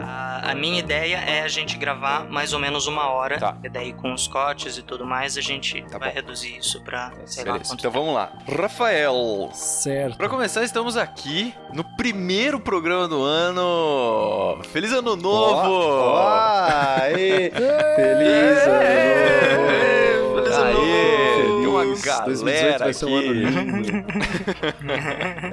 A, a minha ideia é a gente gravar mais ou menos uma hora. Tá. E daí com os cortes e tudo mais, a gente Tá vai bom. reduzir isso pra sei lá Beleza, quanto então vamos lá. Rafael. Certo. Pra começar, estamos aqui no primeiro programa do ano. Feliz ano novo! aê, feliz É, ano novo! Feliz ano Aê, novo! feliz. Tem uma 2018 vai ser um ano galera lindo.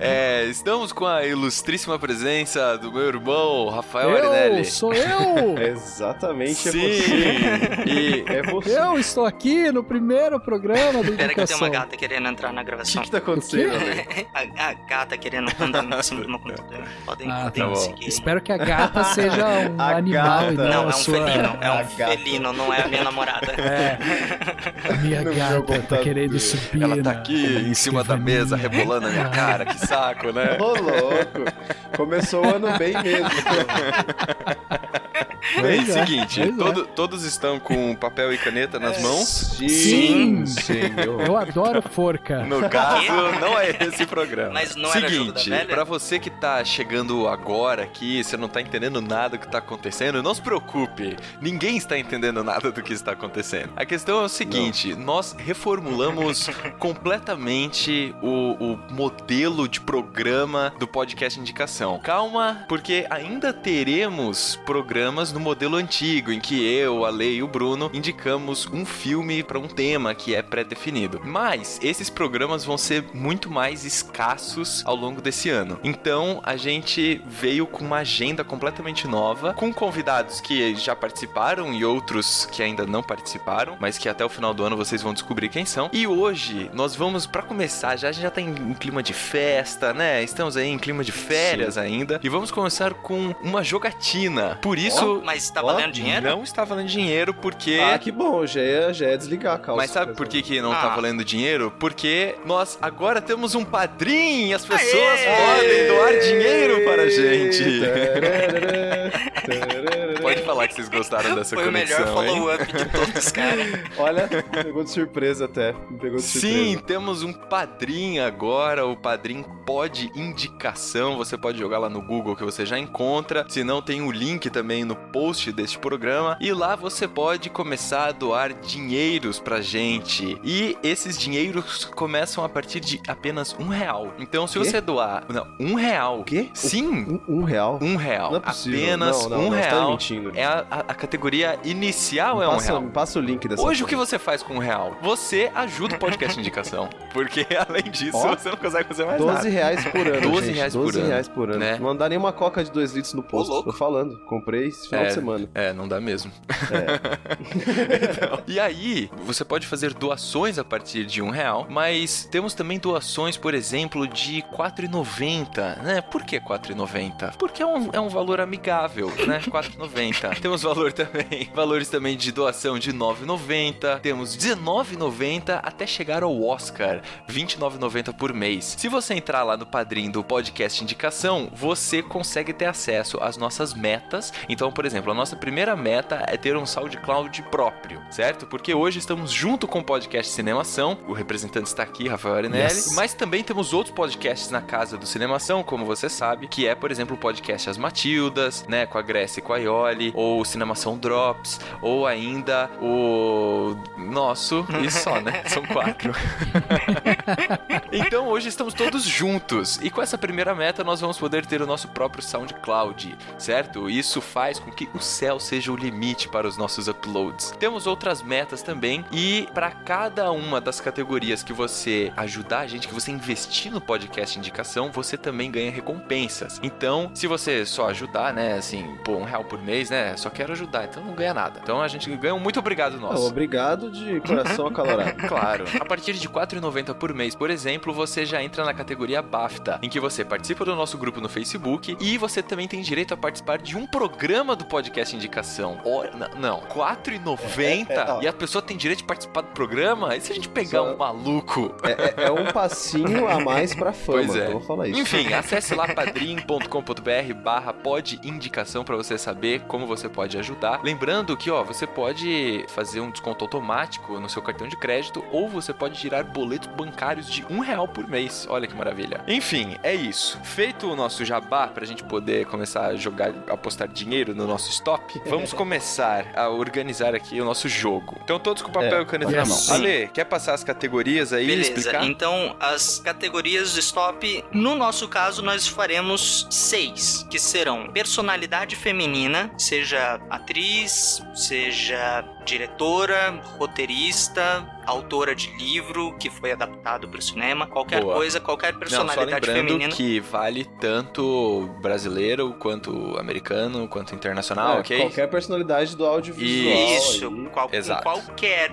É, estamos com a ilustríssima presença do meu irmão, Rafael eu Arinelli. sou eu! Exatamente é você. Sim! E É você. eu estou aqui no primeiro programa Pera do que tem Educação. uma gata querendo entrar na O que, gravação. que tá acontecendo, O quê? velho? A, a gata querendo andar em cima de uma computadora. Podem, Ah, podem tá bom. seguir. Espero que a gata seja um A animal gata. e não, Não, é a um sua. felino. É A um gata. felino, não é a minha namorada. É. A minha No meu gata tá computador. querendo subir. ela na- tá aqui na em cima da escrivaninha. mesa, rebolando a minha cara, que saco, né? Ô, louco. Começou o ano bem mesmo. Bem, Pois é, seguinte, pois é. todo- todos estão com papel e caneta É. nas mãos. Sim. senhor. Eu adoro forca. No caso, não é esse programa. Mas não era jogo da Seguinte, velha? pra você que tá chegando agora aqui, você não tá entendendo nada do que tá acontecendo, não se preocupe. Ninguém está entendendo nada do que está acontecendo. A questão é o seguinte, nós reformulamos completamente o, o modelo de programa do podcast Indicação. Calma, porque ainda teremos programas no modelo antigo, em que eu, a Lei e o Bruno indicamos um filme para um tema que é pré-definido. Mas esses programas vão ser muito mais escassos ao longo desse ano. Então a gente veio com uma agenda completamente nova, com convidados que já participaram e outros que ainda não participaram, mas que até o final do ano vocês vão descobrir quem são. E hoje nós vamos, pra começar, já a gente já tá em, em clima de festa, né? Estamos aí em clima de férias ainda. E vamos começar com uma jogatina. Por isso. Mas tá Ó, valendo dinheiro? Não está valendo dinheiro porque Ah, que bom, já ia, já ia desligar a calça. mas sabe por que, que não tá Ah. valendo dinheiro? Porque nós agora temos um padrinho e as pessoas Aê! podem doar dinheiro para a gente. Tararara, tararara. Pode falar que vocês gostaram dessa Foi o conexão, melhor hein? follow-up de todos, cara. Olha, me pegou de surpresa até. Me pegou de Sim, surpresa. temos um padrinho agora, o padrinho pode indicação, você pode jogar lá no Google que você já encontra, se não tem o link também no post deste programa e lá você pode começar a doar dinheiros pra gente e esses dinheiros começam a partir de apenas um real. Então se Quê? você doar não, um real, quê? sim, Um, um real? um real, Não é possível. apenas não, não, um não, Você tá real. mentindo. É a, a- a categoria inicial é um passa, real. me passa o link dessa. Hoje o que você faz com um real? Você ajuda o podcast indicação. Porque além disso, Ó, você não consegue fazer mais 12 nada. reais por ano. 12 gente, reais por 12 ano. reais por ano. Né? Não dá nenhuma coca de 2 litros no posto. louco. Tô falando. Comprei esse final É. de semana. É, não dá mesmo. É. Então, e aí, você pode fazer doações a partir de um real, mas temos também doações, por exemplo, de R$4,90, né? Por que R$4,90? Porque é um, é um valor amigável, né? R$4,90. temos valor também, valores também de doação de R$9,90, temos R$19,90 até chegar ao Oscar, R$29,90 por mês. Se você entrar lá no padrinho do podcast Indicação, você consegue ter acesso às nossas metas. Então, por exemplo, a nossa primeira meta é ter um SoundCloud próprio, certo? Porque hoje estamos junto com o podcast Cinemação. O representante está aqui, Rafael Arinelli. Yes. Mas também temos outros podcasts na casa do Cinemação, como você sabe, que é, por exemplo, o podcast As Matildas, né? Com a Grécia e com a Ioli, ou o Cinemação Drops, ou ainda o nosso e só, né? São quatro. Então hoje estamos todos juntos e com essa primeira meta nós vamos poder ter o nosso próprio SoundCloud, certo? Isso faz com que o céu seja o limite para os nossos uploads. Temos outras metas também e para cada uma das categorias que você ajudar a gente, que você investir no podcast indicação, você também ganha recompensas. Então, se você só ajudar, né, assim, pô, um real por mês, fez, né? Só quero ajudar, então não ganha nada. Então a gente ganha um muito obrigado Não, nosso. obrigado de coração acalorado. Claro. A partir de R$ 4,90 por mês, por exemplo, você já entra na categoria BAFTA, em que você participa do nosso grupo no Facebook e você também tem direito a participar de um programa do podcast Indicação. Ó, n- não, R$ 4,90 É, é, é, ó. e a pessoa tem direito de participar do programa? E se a gente pegar Só- um maluco? É, é- é um passinho a mais pra fama, Pois é. eu vou falar isso. Enfim, acesse lá padrim.com.br barra pode indicação pra você saber como você pode ajudar. Lembrando que, ó, você pode fazer um desconto automático no seu cartão de crédito ou você pode girar boletos bancários de um real por mês. Olha que maravilha. Enfim, é isso. Feito o nosso jabá pra gente poder começar a jogar, apostar dinheiro no nosso stop, vamos começar a organizar aqui o nosso jogo. Então todos com papel É, e caneta na mão. yes. Ale, quer passar as categorias aí Beleza, explicar? então as categorias de stop, no nosso caso, nós faremos seis, que serão personalidade feminina, seja atriz, seja diretora, roteirista, autora de livro que foi adaptado para o cinema, qualquer Boa. coisa, qualquer Não, só personalidade lembrando feminina. que vale tanto brasileiro quanto americano quanto internacional, É, ok? Qualquer personalidade do audiovisual. Isso, aí. qual- com Exato. qualquer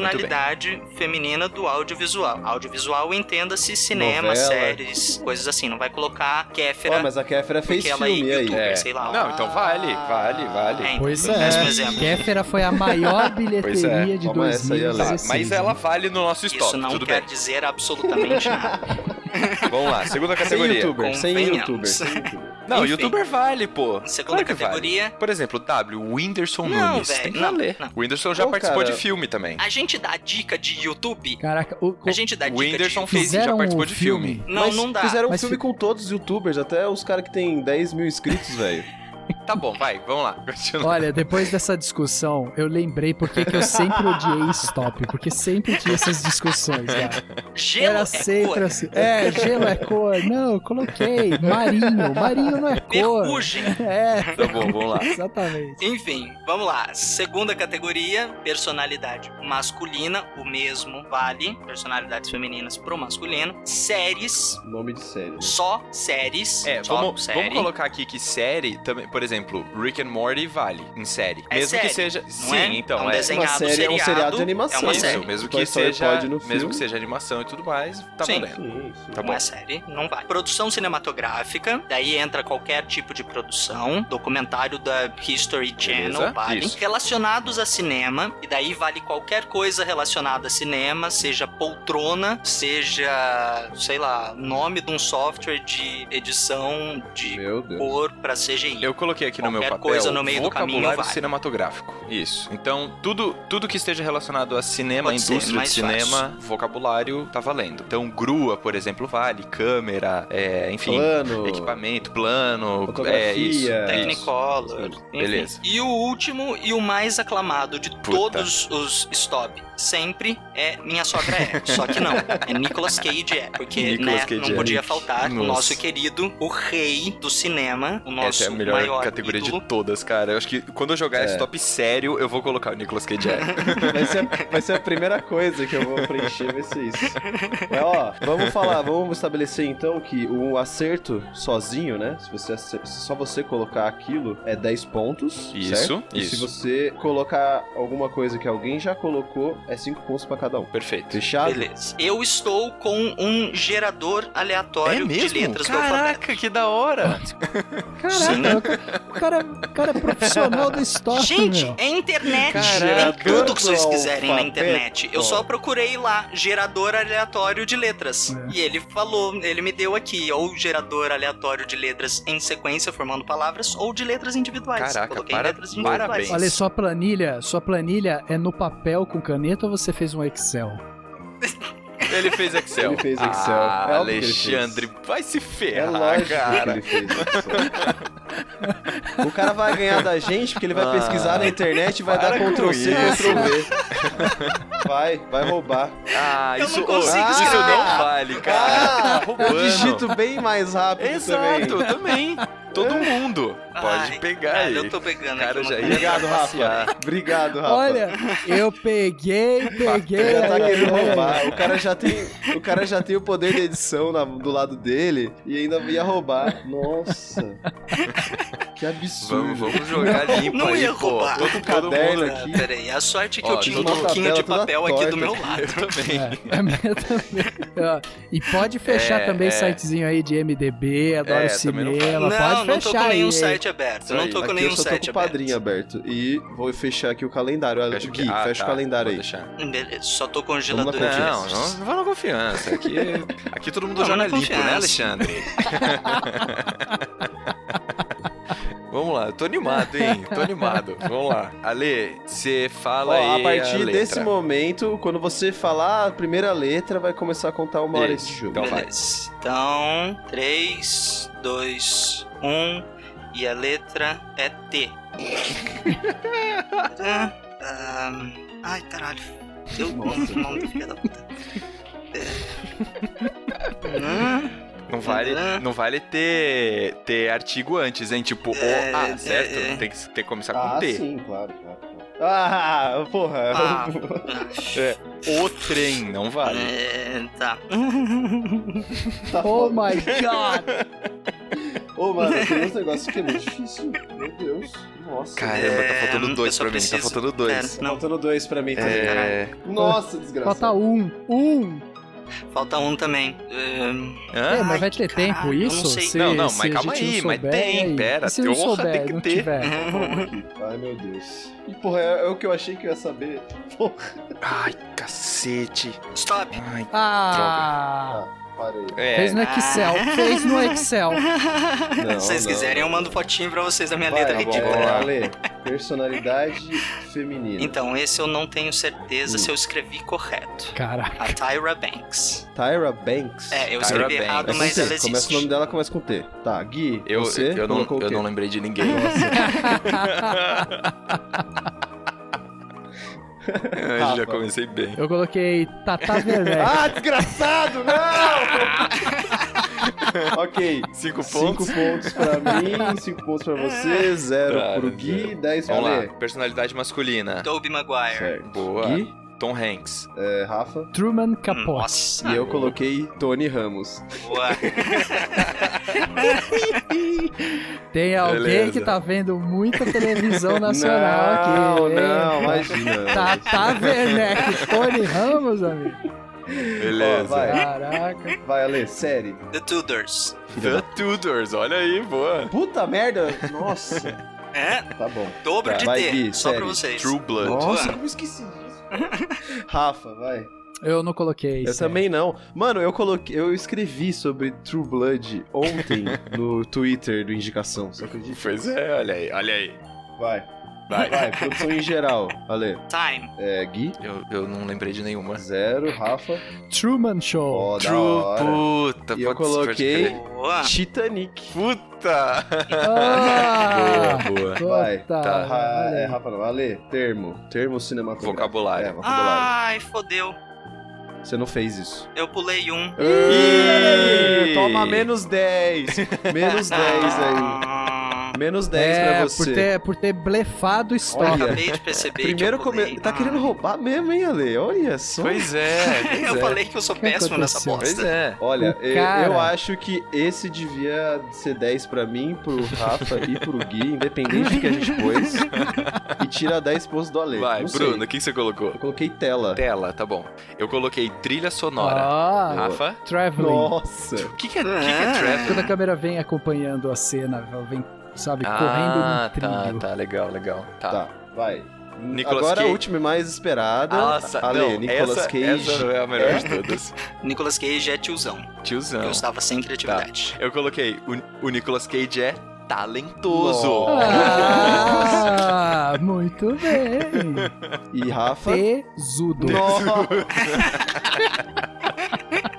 personalidade feminina do audiovisual. Audiovisual, entenda-se cinema, Novela. séries, coisas assim. Não vai colocar Kéfera, Ó, mas a Kéfera fez porque ela é filme aí. youtuber, É. sei lá. Não, então vale, vale, vale. É, então, Pois pelo menos um é, exemplo. Kéfera foi a maior Pois é, bilheteria de toma essa aí, Ale. 2016. Mas ela vale no nosso Isso stop, não tudo quer dizer absolutamente nada. bem. Vamos lá, segunda Sem categoria. é youtuber, sem Convenhamos. youtuber, sem youtuber. não, Enfim. youtuber vale, pô. Segunda Claro que vale. categoria. Por exemplo, W, Whindersson Não, Nunes. velho, Tem que não, valer. não. O Whindersson já Pô, participou cara. de filme também. A gente dá dica de YouTube? Caraca, o, A gente dá O dica Whindersson de YouTube? fez e já fizeram participou um de filme. Não, Mas não dá. Fizeram um Mas filme fi- com todos os youtubers, até os caras que tem 10 mil inscritos, velho. Tá bom, vai, vamos lá. Continua. Olha, depois dessa discussão, eu lembrei porque que eu sempre odiei stop, porque sempre tinha essas discussões, cara. Gelo Era é sempre cor. assim. É, gelo é cor. Não, eu coloquei. Marinho. Marinho não é cor. Ferrugem. É, Tá bom, vamos lá. exatamente. Enfim, vamos lá. Segunda categoria, personalidade masculina, o mesmo vale. Personalidades femininas pro masculino. Séries, Nome de série. só séries. É, só vamos, série. vamos colocar aqui que série também, por exemplo, Rick and Morty vale em série. É mesmo série, que seja. Sim, é? então É um desenho. Uma Seriado, série é um seriado de animação. é uma Isso, série. mesmo Toy que Story seja, pode no mesmo filme. que seja animação e tudo mais, tá Sim. valendo. Sim, sim. Tá bom. Não é série, não vale. Produção cinematográfica, daí entra qualquer tipo de produção, documentário da History Channel, Beleza, vale. isso. Relacionados a cinema, e daí vale qualquer coisa relacionada a cinema, seja poltrona, seja, sei lá, nome de um software de edição de Meu Deus. cor pra CGI. Eu coloquei aqui no meu Qualquer papel coisa no meio do vocabulário caminho vale. cinematográfico. Isso. Então, tudo, tudo que esteja relacionado a cinema, Pode ser, indústria de mais cinema, vocabulário, tá valendo. Então, grua, por exemplo, vale, câmera, é, enfim, Plano. equipamento, plano, é Fotografia. isso. isso. Technicolor. enfim. Beleza. E o último e o mais aclamado de Puta. todos os stop sempre é Minha Sogra é. Só que não, é Nicolas Cage é. Porque Nicolas né, Cage não é. podia faltar o Nossa. nosso querido, o rei do cinema, o nosso Essa é a melhor maior categoria ídolo. de todas, cara. Eu acho que quando eu jogar É. esse top sério, eu vou colocar o Nicolas Cage. É. Vai ser, a, vai ser a primeira coisa que eu vou preencher, vai ser isso. Mas, ó, vamos falar, vamos estabelecer então que o acerto sozinho, né? Se, você, acer- se só você colocar aquilo, é 10 pontos. Isso, certo? E isso. se você colocar alguma coisa que alguém já colocou, é 5 pontos pra cada um. Perfeito. Fechado? Beleza. Eu estou com um gerador É aleatório de letras do alfabeto. É Caraca, que da hora! Caraca, o cara, o cara é profissional da história, Gente, meu. é internet. Caraca. Tem tudo que vocês Do quiserem na alfabeto. internet. Eu só procurei lá, gerador aleatório de letras. É. E ele falou, ele me deu aqui, ou gerador aleatório de letras em sequência, formando palavras, ou de letras individuais. Caraca, Coloquei para- letras individuais. parabéns. Olha, sua planilha, sua planilha é no papel com caneta ou você fez um Excel? Ele fez Excel. Ele fez Excel. Ah, É óbvio que ele fez. Alexandre, vai se É ferrar, lógico que Ah, cara. ele fez isso. O cara vai ganhar da gente porque ele vai Ah, pesquisar na internet e vai para dar com Ctrl C, isso. Ctrl V. Vai, vai roubar. Ah, Eu isso, não consigo oh, isso escrever. não vale, cara. Tá Ah, roubando. eu digito bem mais rápido Exato, também. É. também. Todo mundo pode Ai, pegar Cara, aí. eu tô pegando Cara, aqui. já uma- ia- Obrigado, Rafa. Passear. Obrigado, Rafa. Olha, eu peguei, peguei. Ah, É, já tá aí, querendo olha. roubar. O cara já tem, o cara já tem o poder de edição na- do lado dele e ainda ia roubar. Nossa. que absurdo. Vamos, vamos jogar limpo Não aí, ia pô. roubar. Todo, todo Caderno mundo... Ah, aqui. Peraí, a sorte é que Ó, eu tinha um toda a tá bloquinho de tela toda papel aqui do torta. meu lado. Eu também. É, a minha também. Ó, E pode fechar É, também é. sitezinho aí de MDB, adoro É, também não cinema. não, pode não tô fechar com nenhum aí. site aberto. Não tô Aqui com nenhum eu só tô site com o padrinho aberto. aberto. E vou fechar aqui o calendário. Fecha Gui, ah, fecha tá, o calendário aí. vou deixar. Hum, Beleza, só tô Vamos congelador na de Não, restos. não, vai na confiança. Aqui, aqui todo mundo Não, joga na limpo, né, confiança. Alexandre? Vamos lá, tô animado, hein? Tô animado. Vamos lá. Ale, você fala Ó, aí a partir letra. desse momento, quando você falar a primeira letra, vai começar a contar uma hora Isso, esse jogo. então vai. Beleza. Então, 3, 2, 1. E a letra é T. Tã, ahn, ai, Ah, caralho. Deu o nome do filho da puta. É. Hã? Não vale, Uhum. não vale ter, ter artigo antes, hein? Tipo, É, o, é, A, certo? é. Tem que ter que começar com Ah, T. sim, claro, claro. claro. Ah, porra. Ah. O trem, não vale. É, tá. tá Oh foda. my god! Ô, mano, tem uns negócios que é muito difícil. Meu Deus. Nossa. Caramba, tá É, faltando dois eu só pra mim, tá preciso- faltando dois. Tá Não, faltando dois pra mim também. É... Nossa, desgraça. Falta um. Um! falta um também. Ahn, É, Hã? mas Ai, vai ter que tempo caralho, eu isso? não sei. Se- Não, não, se mas a calma gente não aí, mas souber, tem, e aí? pera, E se não tem honra, souber, tem que não ter. tá tiver. Vamos Hum, aqui. Ai, meu Deus. E, porra, é, é o que eu achei que eu ia saber. Ai, cacete. Stop. Ai, Ah! Parei. é. Fez no Excel, fez no Excel. Não, Se vocês não, quiserem, não. eu mando fotinho pra vocês da minha Vai, tá letra é Ale, ridícula. boa. Ale, personalidade feminina. Então, esse eu não tenho certeza Hum. se eu escrevi correto. Cara, A Tyra Banks. Tyra Banks. É, eu Tyra escrevi Banks. errado, É com mas T. ela existe. Começa o nome dela, começa com T. Tá, Gui, Eu, você eu, não, colocou o eu quê? não lembrei de ninguém. Eu Rafa. já comecei bem. eu coloquei Tata Werneck. Ah, desgraçado, não! ok. Cinco pontos. 5 pontos É. pra mim, 5 pontos pra você, 0 Tá, pro Gui, zero. 10 pro Vamos Lê. lá. Personalidade masculina. Tobey Maguire. Certo. Boa. Gui, Tom Hanks. é, Hum, Rafa. Truman Capote. Hum, Nossa. E eu coloquei Tony Ramos. Boa. Tem alguém Beleza. que tá vendo muita televisão nacional não, aqui. hein? não, imagina. Tata Werneck, Tony Ramos, amigo. Beleza. Ó, vai. Caraca. Vai, Alê, série. The Tudors. The Tudors, olha aí, boa. Puta merda! Nossa! É? Tá bom. Dobro Tá, de vai, T. Gui, só pra série. vocês. True Blood. Nossa, zoando. como eu esqueci disso. Rafa, vai. Eu não coloquei. Eu sério. também não. Mano, eu coloquei, eu escrevi sobre True Blood ontem no Twitter do Indicação, você acredita? Pois é, olha aí, olha aí. Vai, Vai. vai, produção em geral. Ale, Time. é, Gui, Eu, eu não lembrei de nenhuma. zero, Rafa, Truman Show. ó, da hora. True, puta, E eu pode- pode coloquei- crer. Boa. Titanic. Puta! Ah! Boa, boa. Vai, Puta, tá. Ra- olha é, aí. Rafa não, Ale, termo, termo cinematográfico. Vocabulário. É, vocabulário. Ai, fodeu. Você não fez isso. Eu pulei um. Ih! Ih, Toma menos 10. Menos 10 aí. Ah, Menos 10 É, pra por você. ter, por ter blefado o stop. Olha. Acabei de perceber Primeiro que eu come... pulei. Tá querendo roubar mesmo, hein, Ale? Olha só. Pois é, Eu falei que eu sou O que péssimo nessa aconteceu? pois bosta. é. Olha, O eu- cara- eu acho que esse devia ser 10 pra mim, pro Rafa e pro Gui, independente do que a gente pôs. e tira 10 pontos do Ale. Vai, Não sei. Bruno, o que que você colocou? Eu coloquei tela. Tela, tá bom. Eu coloquei trilha sonora. Ah, Rafa? traveling. Nossa. O que, que é, o que, que é Ah. trap? Quando a câmera vem acompanhando a cena, ela vem, sabe, Ah, correndo no tá, trilho. tá, legal, legal. Tá. Tá, vai. Nicolas Agora Cage. a última e mais esperada. Ah, Nossa, Ale, não, Nicolas essa, Cage. essa é a melhor de todas. Nicolas Cage é tiozão. Tiozão. Eu estava sem Tá. criatividade. Eu coloquei, o, o Nicolas Cage é talentoso. Ah, muito bem. E Rafa. Tesudo. Nossa.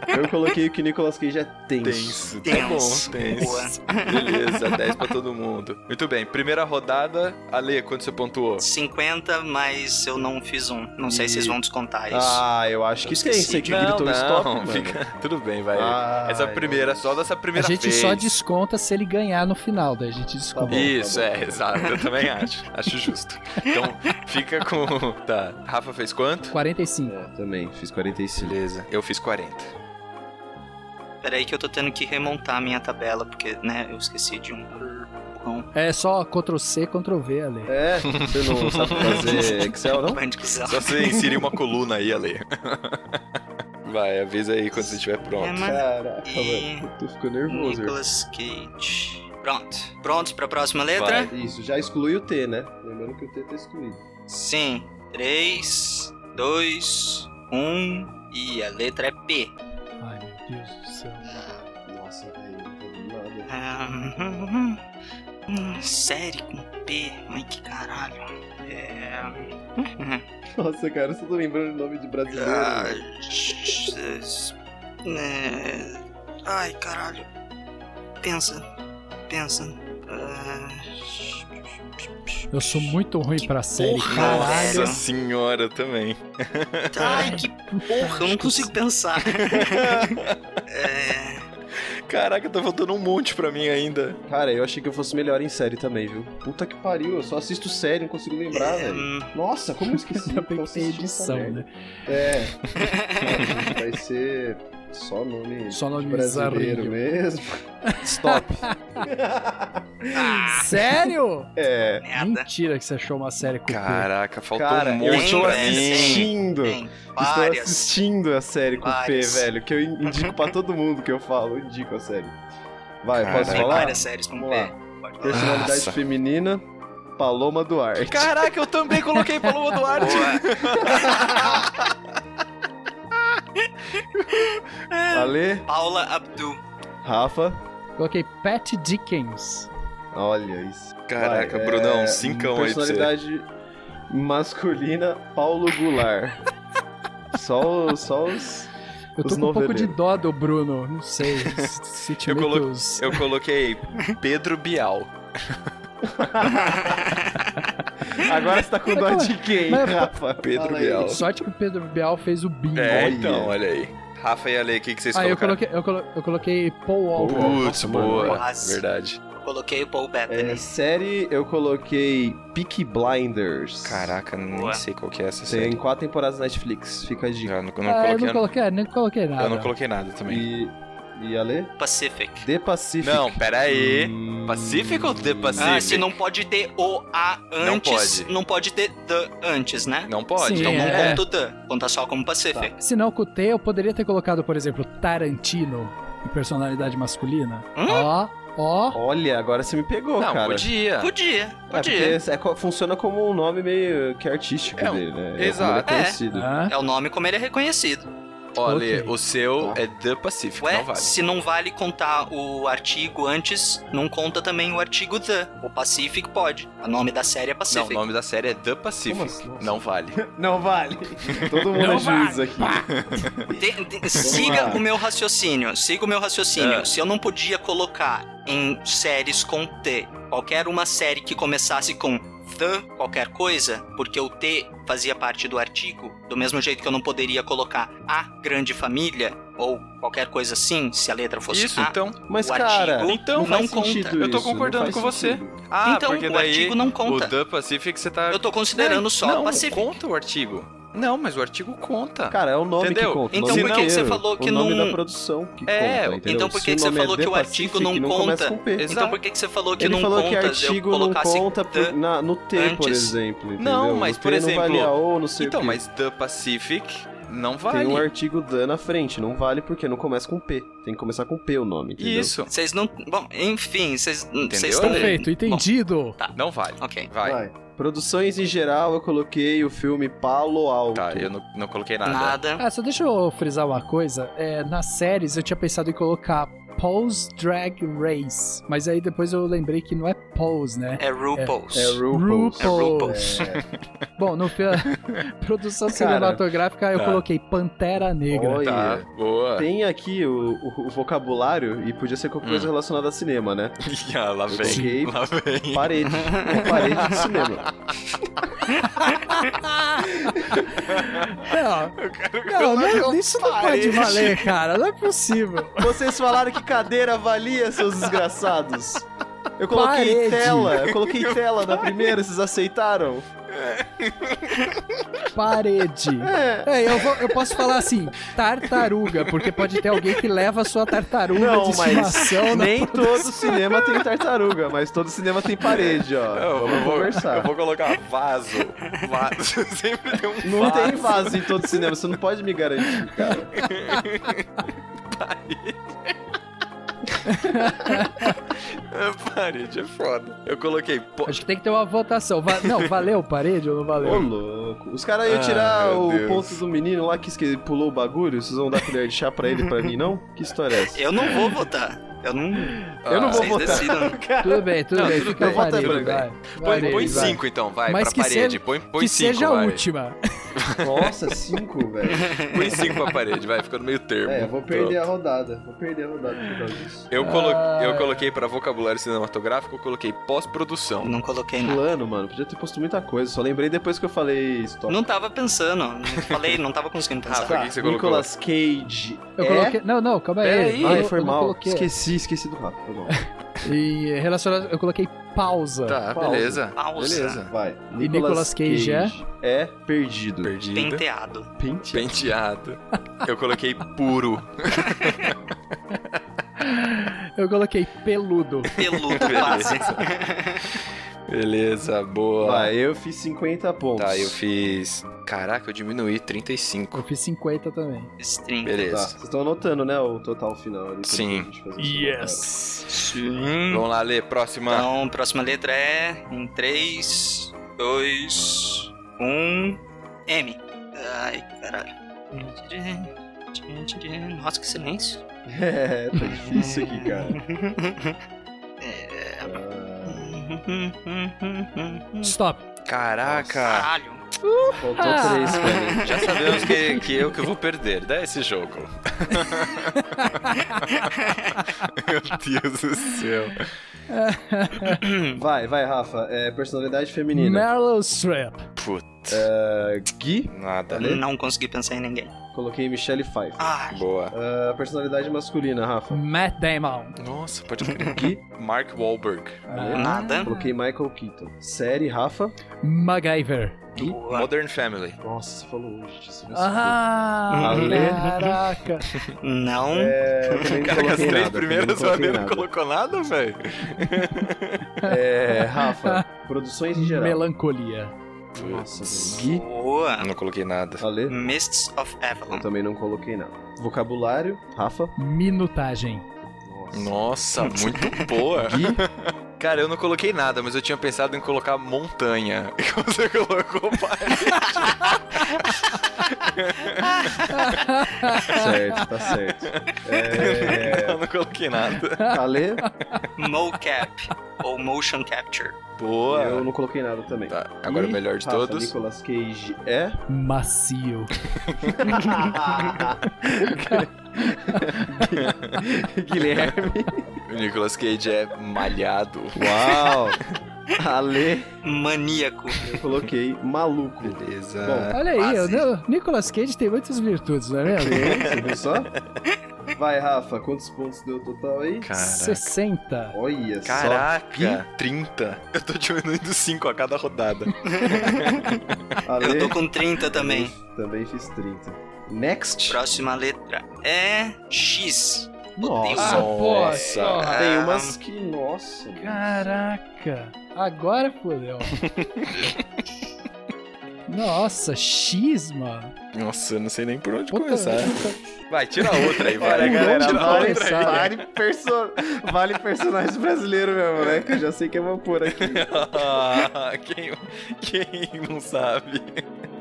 eu coloquei que Nicolas Cage é tenso. Tenso, É tá Tenso. bom, tenso. Beleza, 10 pra todo mundo. Muito bem, primeira rodada. Ale, quanto você pontuou? 50, mas eu não fiz um. Não sei se vocês vão descontar isso. Ah, eu acho que tem. esqueci. Você que Não, gritou não, stop, mano. fica- Tudo bem, vai. Ah, essa eu- primeira, é só dessa A primeira gente vez. só desconta se ele ganhar no final, daí a Tá gente bom, desconta. tá Isso, bom. é, exato. Eu também acho. Acho justo. Então, fica com. Tá. Rafa fez quanto? 45. É, também, fiz 45. Beleza. Eu fiz 40. Peraí que eu tô tendo que remontar a minha tabela, porque, né, eu esqueci de um. Falcão. É só Ctrl C, Ctrl V ali. É, você não sabe fazer Excel, não? Band Excel. Só você inserir uma coluna aí, Ale. Vai, avisa aí quando você estiver É, mas- pronto. Caraca, E- mano. Tu ficou nervoso. velho. Nicolas Cage. Pronto. Prontos pra próxima letra? Isso, já exclui o T, né? Lembrando que o T tá excluído. Sim. 3, 2, 1. E a letra é P. Ai, meu Deus do céu. Nossa, velho, não tô vendo nada. Ah, hum, hum, série com P. Ai, que caralho. É. hum, Nossa, cara, eu só tô lembrando o nome de brasileiro. ah, velho. Jesus. É, Ai, caralho. Pensa. Pensa. Ah, Eu sou muito ruim pra série. é porra, Caralho. Nossa senhora também. Ai, que porra, eu não consigo pensar. é... Caraca, tá faltando um monte pra mim ainda. Cara, eu achei que eu fosse melhor em série também, viu? Puta que pariu, eu só assisto série, não consigo lembrar, É. velho. hum, Nossa, como eu esqueci? Então Ainda Tá bem Eu que tem assisti essa edição, merda. né? É. Vai ser só nome, Só nome brasileiro bizarrinho. mesmo. Stop. Ah, Sério? é. merda. Mentira que você achou uma série com P. Caraca, faltou Cara, um eu monte estou pra hein, mim. assistindo. Tem Estou várias. assistindo a série com Várias. P, velho. Que eu in- indico pra todo mundo que eu falo. Eu indico a série. Vai, Cara. posso Tem falar? várias séries com Vamos P. lá. Pode falar. Personalidade Nossa. feminina, Paloma Duarte. Caraca, eu também coloquei Paloma Duarte. Boa. Ale, Paula Abdul. Rafa. Coloquei Pat Dickens. Olha isso. Caraca, Vai, Brunão, é, cincão aí pra você. Personalidade masculina, Paulo Goulart. só, o- só os. Eu tô Os com um pouco de noveleiros. dó do Bruno. Não sei. se- Se te Eu meto colo- os- Eu coloquei Pedro Bial. Agora você tá com dó de quem, Mas- Rafa? Pedro Fala aí. Bial. Sorte que o Pedro Bial fez o bingo. É, Olha. então, olha aí. Rafa e Ale, o que, que vocês ah, eu colocaram? coloquei, eu, colo- eu coloquei Paul Walker. Putz, Nossa, boa. mano. Quase. Verdade. Coloquei o Paul É, Bettany. série, eu coloquei Peaky Blinders. Caraca, Boa. nem sei qual que é essa Tem série. quatro temporadas na Netflix, fica a dica. Eu não, eu não Ah, eu coloquei, não coloquei, nem coloquei nada. eu não coloquei nada também. E, e Ale? Pacific. The Pacific. Não, pera aí. Hum, Pacífico ou The Pacific? Ah, se não pode ter o A Não antes, pode. não pode ter the antes, né? Não pode. Sim, então não é. Conta o the, conta só como Pacific. Tá. Se não, com o T, eu poderia ter colocado, por exemplo, Tarantino em personalidade masculina. Hum? Ó, ó. Olha, agora você me pegou, Não, cara. podia. Podia, É, porque podia. É, é co- funciona como um nome meio que artístico um É, dele, né? É exato. como ele É conhecido. Ah, o nome como ele é reconhecido. Olha, Ok. o seu Tá. é The Pacific, Ué, não vale. se não vale contar o artigo antes, não conta também o artigo the. O Pacific pode. O nome da série é Não, o Pacific. nome da série é The Pacific. Como assim? Nossa. Não vale. Não vale. Todo mundo Não é juiz vale. aqui. Te- te- siga lá. o meu raciocínio. Siga o meu raciocínio. Ah. Se eu não podia colocar em séries com T, qualquer uma série que começasse com the qualquer coisa, porque o T fazia parte do artigo, do mesmo jeito que eu não poderia colocar a grande família ou qualquer coisa assim, se a letra fosse Isso, a. então. Mas, O cara, artigo Então, não, faz conta. sentido Eu tô isso, não concordando faz com você. sentido. Ah, então porque o daí artigo não o conta. The Pacific você tá Eu tô considerando só não, o Pacific. conta o artigo. Não, mas o artigo conta. Cara, é o nome Entendeu? que conta. o Então nome por que que você inteiro, falou que o nome não- da produção que É, conta, entendeu? então por que Se que você nome é falou The que o artigo Pacific, não começa conta? com P. Exato. Então por que, que você falou que Ele não falou conta? que artigo eu não colocasse conta the. pro- na- no T, por antes. exemplo. Não, entendeu? mas, no T por exemplo, Não vale a O, não sei então, o quê. mas The Pacific não vale. Tem um artigo Dan na frente, não vale porque não começa com P. Tem que começar com P o nome, entendeu? Isso, Vocês não. Bom, enfim, vocês vocês estão. perfeito, entendido. não vale. Bom, ok. Vai. Produções em geral, eu coloquei o filme Palo Alto. Tá, eu não, não coloquei nada. Nada. Ah, só deixa eu frisar uma coisa. É, nas séries eu tinha pensado em colocar Paul's Drag Race, mas aí depois eu lembrei que não é Paul's, né? É RuPaul's. É RuPaul's. É RuPaul's. É. Bom, no filme produção Cara, cinematográfica eu tá. coloquei Pantera Negra. Olha. Tá, boa. Tem aqui o, o- o vocabulário e podia ser qualquer coisa Hum. relacionada a cinema, né? ah, lá vem. coloquei- Lá vem. Parede. Uma parede de cinema. Não, Ah! não, não, isso não pode valer, cara. Não é possível. Vocês falaram que cadeira valia, seus desgraçados. Eu coloquei Parede. tela, eu coloquei tela na primeira, vocês aceitaram? Parede. É, eu, vou- eu posso falar assim, tartaruga, porque pode ter alguém que leva a sua tartaruga Não, de mas estimação na Nem todo cinema tem tartaruga, mas todo cinema tem parede, ó. Eu, Vamos vou, conversar. eu vou colocar vaso. Vaso. Sempre tem um Não vaso. tem vaso em todo cinema, você não pode me garantir, cara. É, Parede é foda. Eu coloquei. po- Acho que tem que ter uma votação. Va- Não, valeu parede ou não Ô, valeu? louco. Os caras iam Ah, tirar meu o Deus. ponto do menino lá que esque- ele pulou o bagulho. Vocês vão dar colher de chá pra ele e pra mim, não? Que história é essa? Eu não vou votar. Eu não. Eu ah, não vou Vocês votar. decidam. Tudo bem, tudo Não, bem, tudo fica bem, parede, tudo bem. vai. Põe, Parede, põe vai. cinco então, vai, Mas que pra parede. seja- põe põe Que cinco, seja a vai. última. Nossa, cinco, velho. Põe cinco pra parede, vai, fica no meio termo. É, eu vou perder a rodada. Vou perder a rodada por causa disso. Eu, colo... Ah. eu coloquei pra vocabulário cinematográfico, eu coloquei pós-produção. Não coloquei nada. Plano, mano, podia ter posto muita coisa. Só lembrei depois que eu falei stop. Não tava pensando. Não falei, não tava conseguindo pensar. Tá, Rafa, o que que você colocou? Nicolas Cage. Eu é? coloquei. Não, não, calma Pera aí. aí. Eu- Ah, eu foi não mal. coloquei. Esqueci, esqueci do Rafa. Foi mal. E relacionado, eu coloquei pausa. Tá, Pausa. beleza. Pausa. Beleza. Vai. E Nicolas Cage é? É perdido. Perdida. Penteado. Pente. Penteado. Eu coloquei puro. Eu coloquei peludo. Peludo, quase. Beleza. Beleza, boa. Vai, eu fiz 50 pontos. Tá, eu fiz. Caraca, eu diminuí Eu 35. fiz 50 também. String. Tá, Beleza. vocês estão anotando, né, o total final ali. pra Sim. gente fazer o Yes. Sim. Vamos lá, Lê, próxima. Então, próxima letra é em 3, 2, 1, M. Ai, caralho. Nossa, que silêncio. somatório. É, tá difícil aqui, cara. Ah, Stop. Ah. Caraca. Caralho. faltou Ah. três pra mim. Já sabemos que, que eu que vou perder, dá esse jogo. Meu Deus do céu. Vai, vai, Rafa. É, personalidade feminina. Meryl Streep. Putz, Ah, Gui, nada. Lê. Não consegui pensar em ninguém. coloquei Michelle Pfeiffer. Ai, Boa. Ah, personalidade masculina, Rafa. Matt Damon. Nossa, pode crer. Gui, Mark Wahlberg. Aê. nada. coloquei Michael Keaton. Série, Rafa. MacGyver. Gui. Boa. Modern Family. Nossa, você falou hoje disso. né? me Ah, Uhum. caraca. Não. É, também não Caraca, as coloquei três nada, primeiras também não você coloquei não nada. colocou nada, velho? É, Rafa, produções em geral. Melancolia. Nossa, velho. Gui, Boa. Não coloquei nada. Ale, Mists of eu Avalon. também não coloquei nada. Vocabulário, Rafa. Minutagem. Nossa. Nossa, muito boa. Gui, Cara, eu não coloquei nada, mas eu tinha pensado em colocar montanha. E você colocou parede. certo, tá certo. É, Eu não coloquei nada. Ale, Mocap. ou Motion Capture. Boa. eu não coloquei nada também. Tá, agora o E, melhor de Rafa, todos. Nicolas Cage é. Macio. Guilherme. O Nicolas Cage é malhado. Uau! Ale, Maníaco. eu coloquei maluco. Beleza. Bom. Olha aí, né? Quase. o Nicolas Cage tem muitas virtudes, não é mesmo? Você viu só? Vai, Rafa, quantos pontos deu o total aí? Cara. 60. Olha Caraca, 30. Eu tô diminuindo 5 a cada rodada. só. Ale, Eu tô com 30 também. Também fiz 30. Next. Próxima letra é X. Ah, Nossa. pô, Nossa. só. Tem umas que, nossa. Caraca. Agora fodeu. Nossa, X, mano. Nossa, eu não sei nem por onde Puta começar. merda. Vai, tira outra aí, Olha, vai. galera, tira vai. outra. outra aí. perso- vale personagem brasileiro mesmo, né? Que eu já sei que eu vou pôr aqui. Ah, quem, quem não sabe?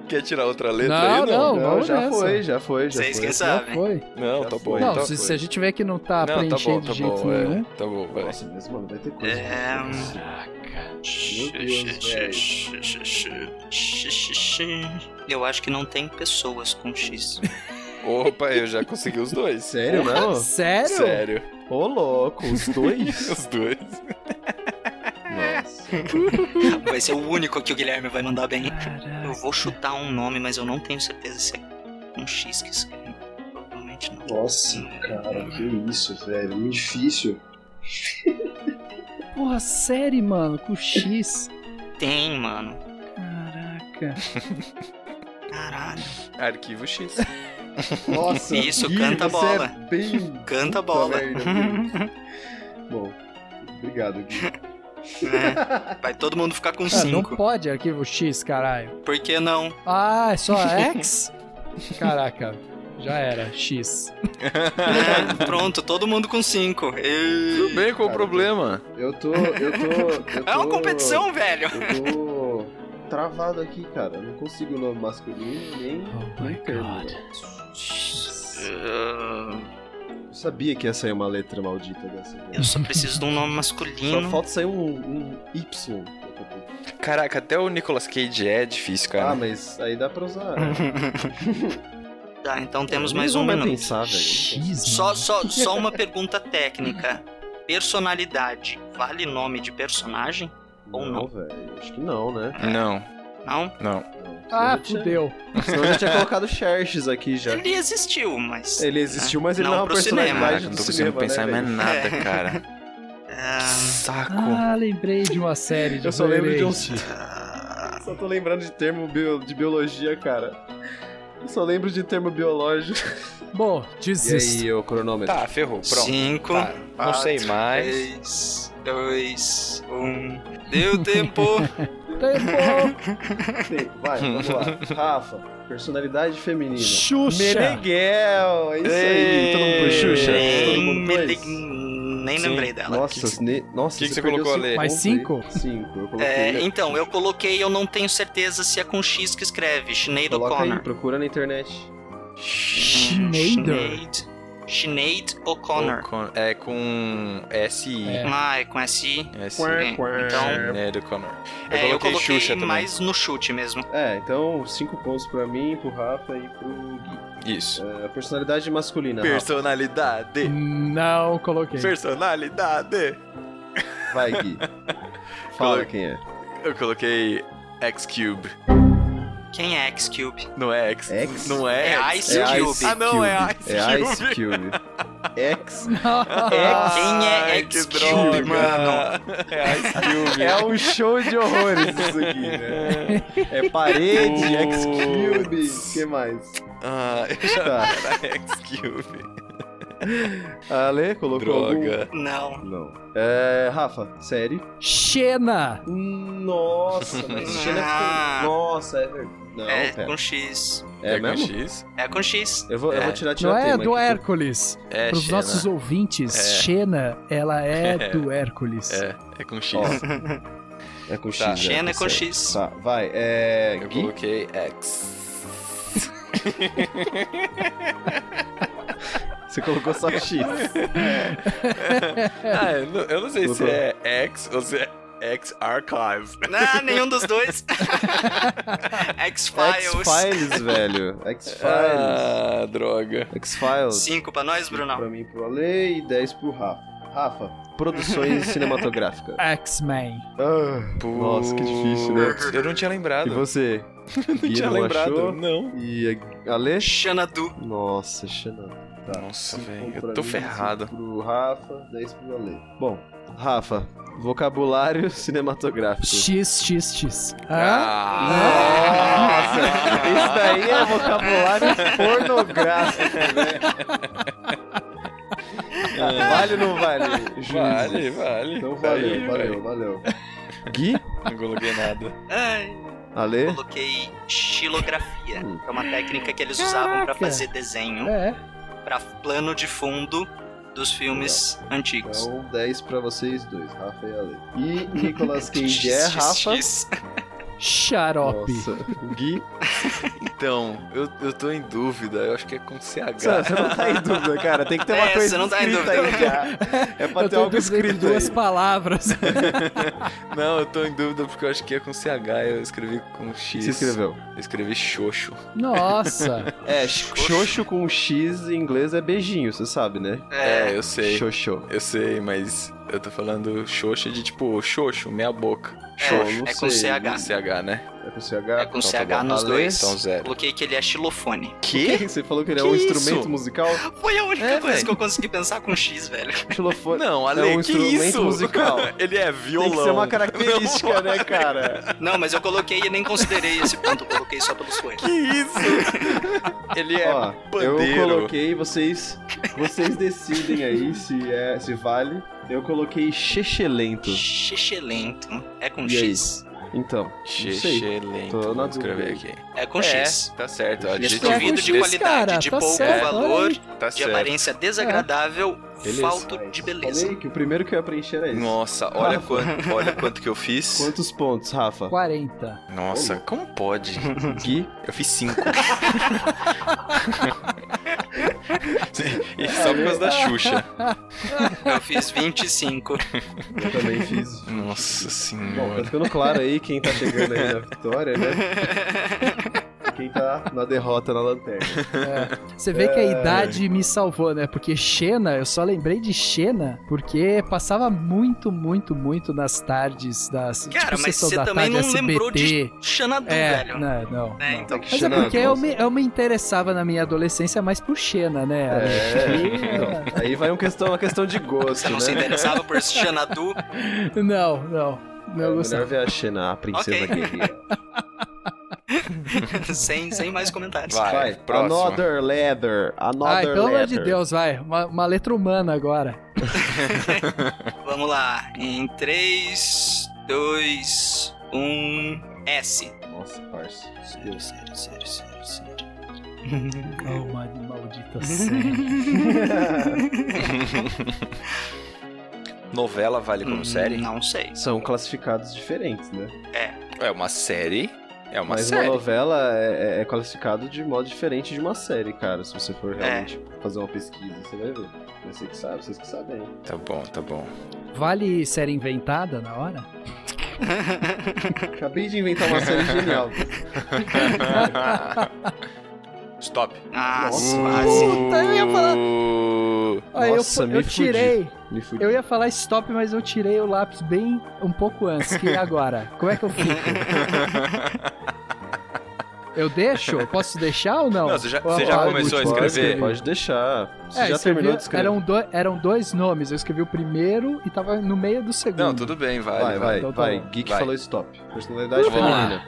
Quer tirar outra letra Não, aí? Não, não. vamos já nessa. foi, já foi, já Vocês foi. quem Já sabem. foi. Não, Já Ah, tá bom. foi. não, então se, foi. se a gente vê que não tá não, tá bom, preenchendo tá de jeito bom. nenhum, né? é. Tá bom, vai. Nossa, mas, assim mano, vai ter coisa. É, pra fazer. Caraca. Eu acho que não tem pessoas com X. Opa, eu já consegui os dois. Sério, né? não? Sério? Sério? Ô, louco, os dois? Os dois. Nossa. Vai ser o único que o Guilherme vai mandar bem. Caraca. Eu vou chutar um nome, mas eu não tenho certeza se é com X que escreve. Provavelmente não. Nossa, cara, que isso, velho. um Muito difícil. Porra, série, mano, com X. Tem, mano. Caraca. Caraca. Caralho. Arquivo X. Nossa, Isso, Gui, canta a você bola. É bem... Canta a Puta bola. merda, Gui. Bom, obrigado, Gui. É, Vai todo mundo ficar com Ah, não 5. pode arquivo X, caralho. Por que não? Ah, é só X? Caraca, já era. X. É, pronto, todo mundo com 5. Tudo bem, qual o Cara, né? problema? Eu tô. Eu tô. Eu tô É uma competição, velho. Eu tô travado aqui, cara. Eu não consigo o nome masculino nem. Oh nem my termo. god. X. Ah, Eu sabia que ia sair uma letra maldita dessa. né? Eu só preciso de um nome masculino. Só falta sair um, um Y. Caraca, até o Nicolas Cage é difícil, Ah, cara. mas aí dá pra usar. Tá, então temos mais Ninguém um vai minuto. pensar, Tá velho. X. Só, só, só uma pergunta técnica. Personalidade vale nome de personagem? Ou não. velho. Acho que não, né? Não, Não. não. Não. Senão Ah, eu tinha- fudeu. Senão eu já tinha colocado Xerxes aqui já. Ele existiu, mas. Ele existiu, mas ele Não não é uma pro cinema. personalidade Caraca, não do tô cinema, conseguindo né, pensar em mais velho? nada, É. cara. ah, Saco. Ah, lembrei de uma série de Eu só lembro de um... Blu-ray. Só tô lembrando de termo bio- de biologia, cara. Eu só lembro de termo biológico. Bom, desisto. o cronômetro? Tá, ferrou, pronto. cinco. Tá, não sei Ah, mais. 3, 2, 1. Deu tempo! Tempo. Tempo, vai, vamos lá. Rafa, personalidade feminina. Xuxa. Meneghel, é isso aí. Ei, Todo mundo foi Xuxa? Todo Nem, mundo me foi? lig- nem Sim. lembrei dela. Nossa, ne... Nossa, que que você perdeu colocou, cinco Ale? Mais pontos aí. Cinco, eu coloquei. É, então, eu coloquei, eu não tenho certeza se é com X que escreve, Sinead Coloca aí, O'Connor. procura na internet. Schneider. Sinead- Sinead O'Connor. Con- É com S-I. É. Ah, é com SI. S-I. Bem, então- Né, do Connor. É, Eu eu coloquei coloquei Xuxa também. mais no chute mesmo. É, então, cinco pontos pra mim, pro Rafa e pro Gui. Isso. É, personalidade masculina, Rafa. Personalidade. Não coloquei. Personalidade. Vai, Gui. Fala Coloca- quem é. Eu coloquei X-Cube. Quem é X-Cube? Não é X. X? Não é, É X. Ice É Cube. Ice Ah, não, é Ice É Cube. Ice Cube. X Não. Quem é Ah, Ai, que X-Cube, droga. mano? É Ice Cube. É um show de horrores isso aqui, né? É parede, X-Cube, o que mais? Ah, eu já Tá. era X-Cube. Ale, colocou Droga. Não. algum? Não. É, Rafa, série? Xena. Nossa, mas Xena Ah. é com... Nossa, é verdade. Não, é pera. com X. É, com mesmo? X? É com X. Eu vou, eu É. vou tirar, tirar Não é tema do aqui. Hércules. É, Para os Xena. nossos ouvintes, É. Xena, ela é, É. do Hércules. É, é com X. Ó, é com X, Tá. é, Xena é com série. X. Tá, vai. É, eu Gui? coloquei X. Você colocou só X. ah, eu não, eu não sei se É. Colocou. é X ou se é X Archive. Não, nenhum dos dois. X-Files. X-Files, velho. X-Files. Ah, droga. X-Files. 5 pra nós, Brunão. Pra mim, pro Ale e 10 pro Rafa. Rafa, produções cinematográficas. X-Men. Ah, Nossa, que difícil, né? Putz, Eu não tinha E lembrado. você? não Gui tinha não lembrado. achou? Não. E é a Ale? Xanadu. Nossa, Xanadu. Nossa, Cinco velho, eu pra tô mim, ferrado. cinco Pro Rafa, 10 pro Ale. Bom, Rafa, vocabulário cinematográfico. XXX. Hã? Ah. Nossa, isso daí é vocabulário pornográfico, velho. Vale ou não vale? juízes? É. Vale, vale. Então Tá valeu, aí, valeu, velho. valeu. Gui? Não coloquei nada. Ai, Ale? coloquei xilografia. Hum. É uma técnica que eles usavam pra Caraca. fazer desenho, É. pra plano de fundo dos filmes antigos. Então, 10 pra vocês dois, Rafa e Ale. E Então, Nicolas Cage é Rafa. X, X. Xarope. Nossa, Gui. Então, eu, eu tô em dúvida. Eu acho que é com CH. Você você não tá em dúvida, cara. Tem que ter uma É, coisa você não tá em escrita aí dúvida. já. É pra Eu ter tô algo dizendo escrito duas aí. palavras. Não, eu tô em dúvida porque eu acho que é com CH. Eu escrevi com X. Você escreveu. Eu escrevi Xoxo. Nossa. É, xoxo com X em inglês é beijinho, você sabe, né? É, É, eu sei. Xoxo. Eu sei, mas eu tô falando Xoxa de tipo Xoxo, meia boca. é, Xoxo. é com sei, CH. CH, né? É com CH? É com Então CH tá bom. nos Ale, dois. Então zero. Coloquei que ele é xilofone. Que? Você falou que ele é Que um isso? instrumento musical? Foi a única É, coisa velho. que eu consegui pensar com X, velho. Xilofone. Não, Ale, É um que instrumento isso? musical. Ele é violão. Tem que ser uma característica, Não. né, cara? Não, mas eu coloquei e nem considerei esse ponto, eu coloquei só pelos Que coelhos. isso? Ele é Ó, eu pandeiro. coloquei, vocês, vocês decidem aí se, é, se vale. Eu coloquei chechelento. Xixelento. É com E aí? X? Então, não sei. Excelente. Tô na Vamos escrever dúvida. aqui. É com É, X. tá certo. ó, Ele é digite- Desprovido com de X, qualidade, cara, de tá pouco certo, valor, olha Tá de certo. aparência desagradável, Beleza. falto Mas de beleza. Falei que o primeiro que eu ia preencher era esse. Nossa, olha Rafa. quanto, olha quanto que eu fiz. Quantos pontos, Rafa? 40. Nossa, como pode? Gui? Eu fiz cinco. e só por causa da Xuxa. Eu fiz 25. Eu também fiz. Nossa Bom, tá senhora. ficando claro aí quem tá chegando aí na vitória, né? E Quem tá na derrota na lanterna. É. Você vê que a idade me salvou, né? Porque Xena, eu só lembrei de Xena porque passava muito, muito, muito nas tardes das. Cara, tipo, mas sessão você da também tarde, não SBT. lembrou de Xanadu, É, velho. não, não. É, então. que Mas é Xena, porque eu nossa. me, eu me interessava na minha adolescência mais pro Xena, né? É, então, aí vai um questão, uma questão de gosto, Você não se né? interessava por Xanadu? Não, não. Não É, Melhor gostava. ver a Xena, a princesa Ok. guerreira. sem, sem mais comentários. Vai, Vai, próximo. another leather, another Ai, Ah, pelo amor leather. de Deus, vai. Uma, uma letra humana agora. Vamos lá. Em 3, 2, 1. S. Nossa, parça. Sério, sério, sério, sério, sério. Oh, mano, maldita série. Novela vale É como Hum, série? Não sei. São classificados diferentes, né? É uma série. É uma Mas série. uma novela é, é- é classificado de modo diferente de uma série, cara. Se você for É. realmente fazer uma pesquisa, você vai ver. Você que sabe, vocês que sabem. Tá bom, tá bom. Vale série inventada na hora? Acabei de inventar uma série genial. É. Stop. Ah, Nossa. quase. Puta, eu ia falar- Aí Nossa, eu, me eu fudi. tirei. Me fudi. Eu ia falar stop, mas eu tirei o lápis bem um pouco antes. Que é agora? Como é que eu fico? Eu deixo? Eu Posso deixar ou não? Não, você já- Ou- você já ou- começou a ou- pode, escrever? Pode deixar. Você É, já escrevi- terminou de escrever. Eram, do- eram dois nomes. Eu escrevi o primeiro e tava no meio do segundo. Não, tudo bem, vale, Vai, vale. vai, Então tá vai. bom. Geek Vai. falou stop. Personalidade Vamos lá. feminina.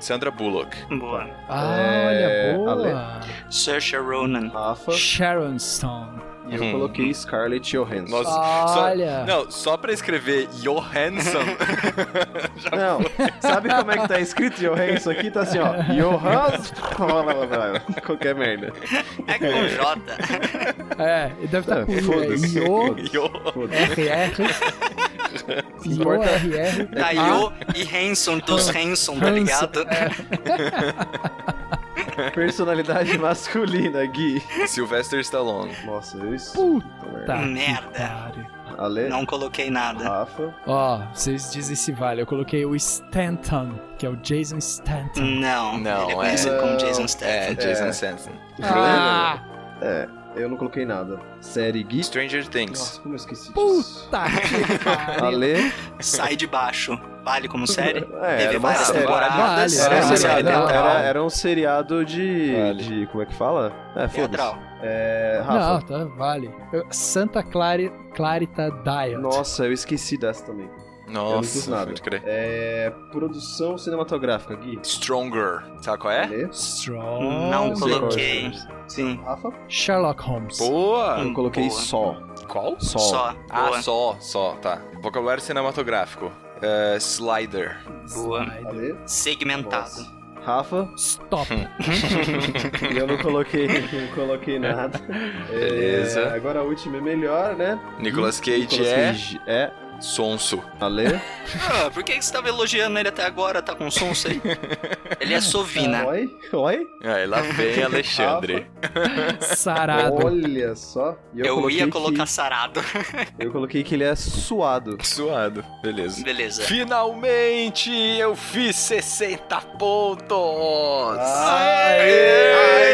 Sandra Bullock. Boa. Ah, É, olha, boa. Saoirse Ronan. Rafa. Sharon Stone. E eu Hum. coloquei Scarlett Johansson. Nossa, só- Olha. Não, só pra escrever Johansson. Não, sabe como é que tá escrito Johansson aqui? Tá assim, ó. Johansson. Qualquer merda. É com J. É, ele deve estar Ah, com I, foda-se. é, IO, Jo- Foda-se. RR. IO, importa. RR. Da Io Tá, e Hanson dos Hanson, tá Hanson, ligado? Personalidade masculina, Gui. Sylvester Stallone. Nossa, eu isso. Puta. merda. que Merda. Tá. pariu. Ale, Não coloquei nada. Rafa. Ó, vocês dizem se vale. Eu coloquei o Stanton, que é o Jason Stanton. Não, Não, ele é é. conhecido como Jason Statham. É, Jason Sanson. Ah, É, eu não coloquei nada. Série Gui. Stranger Things. Nossa, como eu esqueci disso. puta que pariu. Ale. Sai de baixo. Vale como série? É, Teve era uma várias série. temporadas. Vale, era Era, um uma série seriado, teatral. era, era um seriado de, Vale. de- Como é que fala? É, Teatral. foda-se. É, Não, Rafa. tá, vale. Eu- Santa Clari, Clarita Diet. Nossa, eu esqueci dessa também. Eu não fiz Nossa, nada. pode crer. É. Produção cinematográfica, Gui. Stronger. Sabe qual é? Ale. Strong. Não Não sei qual é coloquei. essa. Sim. Rafa. Sherlock Holmes. Boa! Hum. Eu coloquei Boa. só. Qual? Só. Só. Ah, Boa. só, só, tá. Vocabulário cinematográfico. É, slider. Boa. Slide. Ale. Segmentado. Nossa. Rafa, Stop. e eu não coloquei, não coloquei nada. É, Beleza. agora a última é melhor, né? Nicolas Cage Nicolas é Cage é. sonso. Ale. Ah, por que que você tava elogiando ele até agora? Tá com som aí? Ele é sovina. Oi. Oi. Aí Ah, lá vem Alexandre. Sarado. Olha só. E Eu, ia É, coloquei que- colocar sarado. Eu coloquei que ele é suado. Suado. Beleza. Beleza. Finalmente eu fiz 60 pontos! Ah,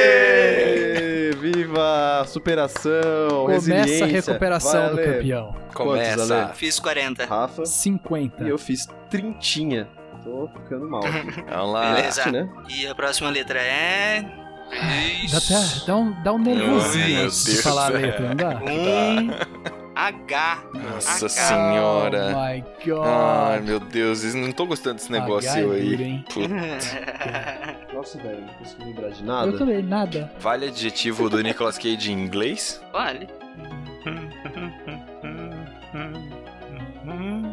Aê! Viva! a Superação! Começa resiliência. a recuperação Vai, do Ale. campeão. Começa. Quantos, Ale? Fiz 40. Rafa. 50. E eu fiz trintinha. tô ficando mal. aqui. Vamos lá. Beleza. Arte, né? E a próxima letra é. Dá, até, dá um, dá um nervosinho Meu antes de Deus. falar a letra, não dá? Um. H. Nossa Ah, senhora. Oh my god. Ai, meu Deus, isso- não tô gostando desse negócio H é duro, aí. hein? Puta. Nossa, velho, não consigo lembrar de Eu nada. também, nada. Vale adjetivo do Nicolas Cage em inglês? Vale.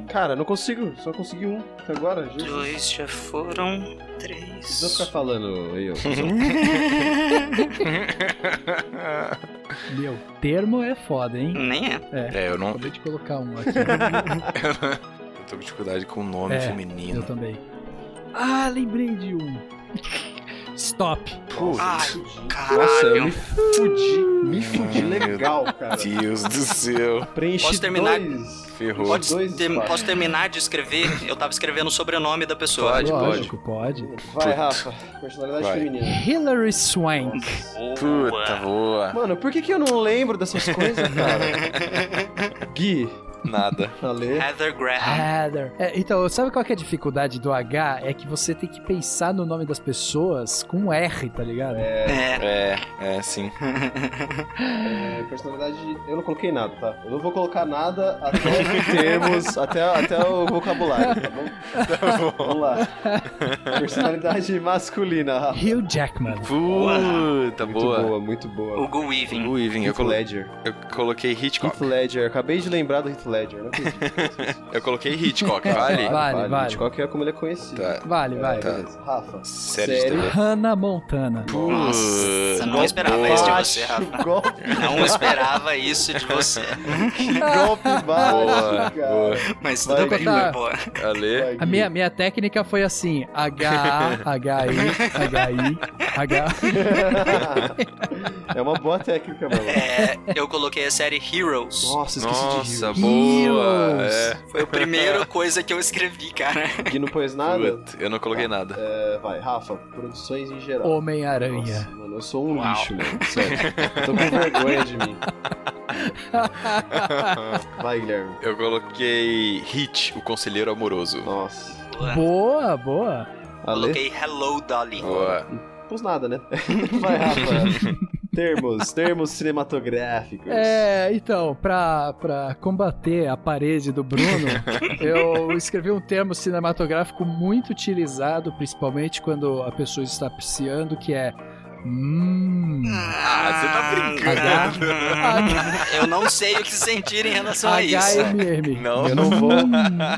Cara, não consigo, só consegui um até agora. Jesus. Dois já foram. Três. Não precisa ficar falando aí, ó. Meu, termo é foda, hein? Nem é. É, eu não. Acabei de colocar um aqui. Eu tô com dificuldade com o nome É, feminino. Eu também. Ah, lembrei de um. Stop. Putz. Ai, Nossa, eu caralho. me fudi, me fudi Meu legal, cara. Deus do céu. Preenchi Posso terminar? dois. Ferrou. Pode Dois ter- espaços. posso terminar de escrever? Eu tava escrevendo o sobrenome da pessoa. Pode, Lógico, pode. Vai, Puta. Rafa. Personalidade Vai. feminina. Hillary Swank. Nossa. Puta, Boa. boa. Mano, por que, que eu não lembro dessas coisas, cara? Gui, Nada. Ale. Heather Graham. Heather. É, então, sabe qual que é a dificuldade do H? É que você tem que pensar no nome das pessoas com R, tá ligado? É. É, é sim. É, personalidade. Eu não coloquei nada, tá? Eu não vou colocar nada até que termos, até, até o vocabulário, tá bom? Vamos lá. Personalidade masculina, Rafa. Hugh Jackman. Puta, Muito boa. muito boa. Hugo Weaving. O Even, eu, Heath colo- Ledger. eu coloquei Hitchcock. Heath Ledger. Acabei de lembrar do Heath Ledger. Não acredito. Eu coloquei Hitchcock, vale? Vale, vale. Hitchcock é como ele é conhecido. Tá. Vale, vai. É, beleza. Rafa. Série, Série. de TV. Hannah Montana. Nossa, não Boa. esperava isso de você, Baixo Rafa. golpe, Não esperava isso de você. golpe Boa, baixo, boa. cara. Mas Vai, tudo bem, Gui. foi boa. Ale. Vai, Gui. A minha, minha técnica foi assim: H, H, I, H, I, é uma boa técnica, mano. É, eu coloquei a série Heroes. Nossa, esqueci de Nossa, Heroes. boa. Heroes. É. Foi a primeira coisa que eu escrevi, cara. Gui não pôs nada? É, Puta, eu não coloquei nada. É, vai, Rafa, produções em geral. Nossa, Homem-Aranha. mano, eu sou um Uau. lixo, mano. Sério. Eu Tô com vergonha de mim. Vai, Guilherme. Eu coloquei Hit, o conselheiro amoroso. Nossa. Boa. Boa, boa. Ale? Coloquei Hello Dolly. Boa. Pus nada, né? Vai, Rafa. Termos, termos cinematográficos. É, então, pra, pra combater a parede do Bruno, eu escrevi um termo cinematográfico muito utilizado, principalmente quando a pessoa está apreciando, que é. Hum. Ah, você tá brincando. Ah, Eu não sei o que sentir em relação a isso. HMM. Não. Eu não vou. Hum,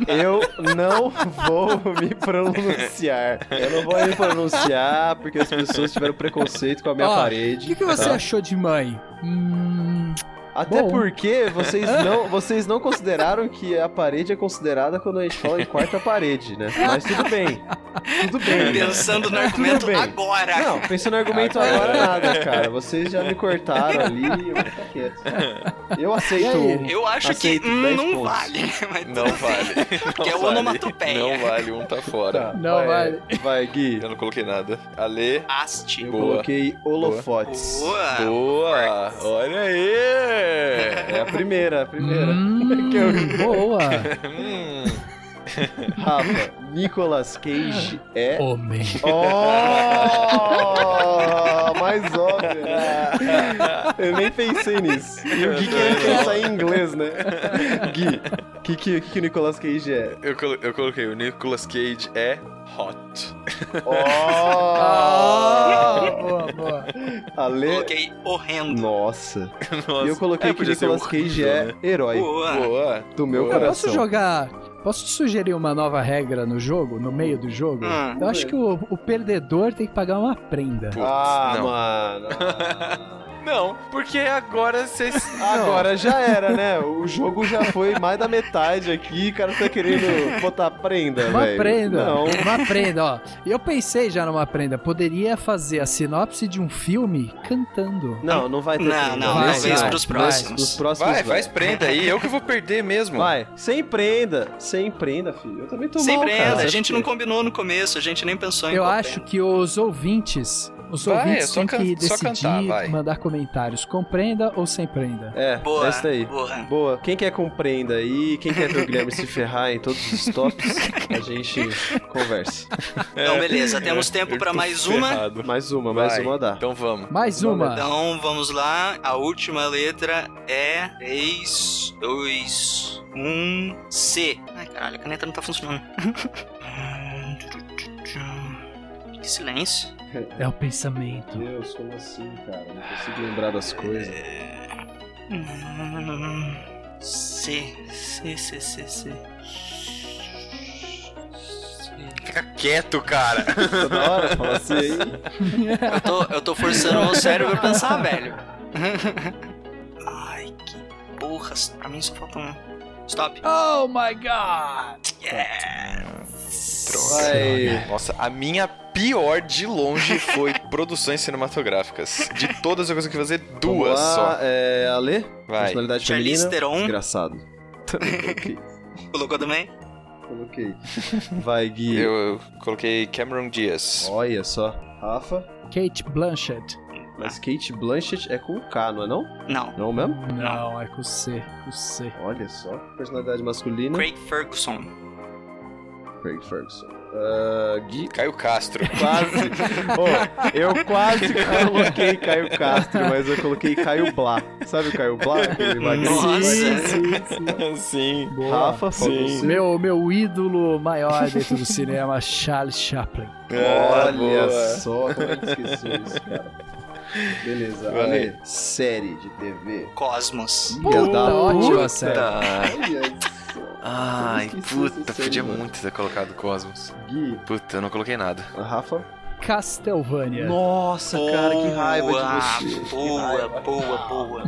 Eu não vou me pronunciar. Eu não vou me pronunciar porque as pessoas tiveram preconceito com a minha Ó, O parede. que, que você tá? achou de mãe? Hum. Até Bom. porque vocês não, vocês não consideraram que a parede é considerada quando a gente fala em quarta parede, né? Mas tudo bem. Tudo bem. Pensando no argumento bem. agora. Não, pensando no argumento agora nada, cara. Vocês já me cortaram ali, eu vou ficar quieto. Eu aceito. E aí? um. Eu acho Aceito, que hum, 10 não pontos. vale. Mas Não tudo bem. vale. Porque é Não vale. onomatopeia. Não vale, um tá fora. Tá, Não, Vai, Gui. Eu não coloquei nada. Ale. Haste. Eu Boa. coloquei holofotes. Boa. Boa! Olha aí! É a primeira, a primeira. Hum, Que eu- boa. Hum. Rafa, Nicolas Cage é. Homem. Oh! Mais óbvio, né? Eu nem pensei nisso. E o Gui querendo pensar em inglês, né? Gui, o que, que, que que o Nicolas Cage é? Eu, colo- eu coloquei o Nicolas Cage é hot. Oh. Ah, boa, boa. Ale. Coloquei horrendo. Nossa. Nossa. E eu coloquei É, que o podia ser Nicolas horrível, Cage é né? herói Boa. Boa. do meu Boa. Uh, Eu posso coração. jogar. Posso sugerir uma nova regra no jogo, no meio do jogo? Ah, Hum. Eu acho que o, o perdedor tem que pagar uma prenda. Putz, Ah, não. mano. ah. Não, porque agora vocês. Agora já era, né? O jogo já foi mais da metade aqui. O cara tá querendo botar prenda, velho. Uma prenda. Não. Uma prenda, ó. Eu pensei já numa prenda. Poderia fazer a sinopse de um filme cantando. Não, não vai ter Não, prenda. não, Vai, não. Fez vai, pros vai. Nos próximos. próximos Vai, faz prenda aí, eu que vou perder mesmo. Vai, sem prenda, sem prenda, filho. Eu também tô Sem mal, prenda, cara. a gente não combinou no começo, a gente nem pensou em Eu qual acho prenda. que os ouvintes Os Vai, é ouvintes só têm que can- só decidir cantar, vai. mandar comentários com prenda ou sem prenda. É, Boa. essa daí. Boa. Boa. Quem quer compreenda aí, quem quer ver o Guilherme se ferrar em todos os tops, a gente conversa. É. Então, beleza. Temos tempo pra mais uma. Mais uma, mais Vai. uma dá. Então vamos. Mais Vamos uma. Então, vamos lá. A última letra é 3, 2, 1, C. Ai, caralho, a caneta não tá funcionando. Que silêncio. É o pensamento. Deus, como assim, cara? Não consigo lembrar das coisas. É, C, C, C, C, C. C. Fica quieto, cara. Toda hora fala assim, hein? Eu tô, eu tô forçando meu cérebro a pensar, velho. Ai, que porras. Pra mim só falta um. Stop. Oh my god! Yes. Vai. Nossa, a minha pior de longe foi produções cinematográficas. De todas eu consegui fazer Vamos duas lá, só. É, Ale, Vai. personalidade Charlize feminina. Theron. Desgraçado. Coloquei. Colocou também? Coloquei. Vai, Gui. Eu, eu coloquei Cameron Diaz. Olha só. Rafa. Kate Blanchett. Mas Kate Blanchett é com K, não é não? Não. Não mesmo? Não, é com C, com C. Olha só. Personalidade masculina. Craig Ferguson. Craig Ferguson. Ah, Gui. Caio Castro. Quase. Ô, eu quase coloquei Caio Castro, mas eu coloquei Caio Blá. Sabe o Caio Blá? Aquele magrinho? Nossa. Sim. Boa. Rafa, Sim. sim. Meu, meu ídolo maior dentro do cinema, Charles Chaplin. Olha É, boa. só, como é que esqueceu isso, cara? Beleza, Vai. Ale, série de TV. Cosmos. Puta, Filha da ótima puta. série. Olha só. Ai, Eu esqueci puta, dessa série, podia mano. muito ter colocado Cosmos. Gui, Puta, eu não coloquei nada. Rafa. Castlevania. Nossa, cara, que raiva de Boa, você. Boa, boa, boa.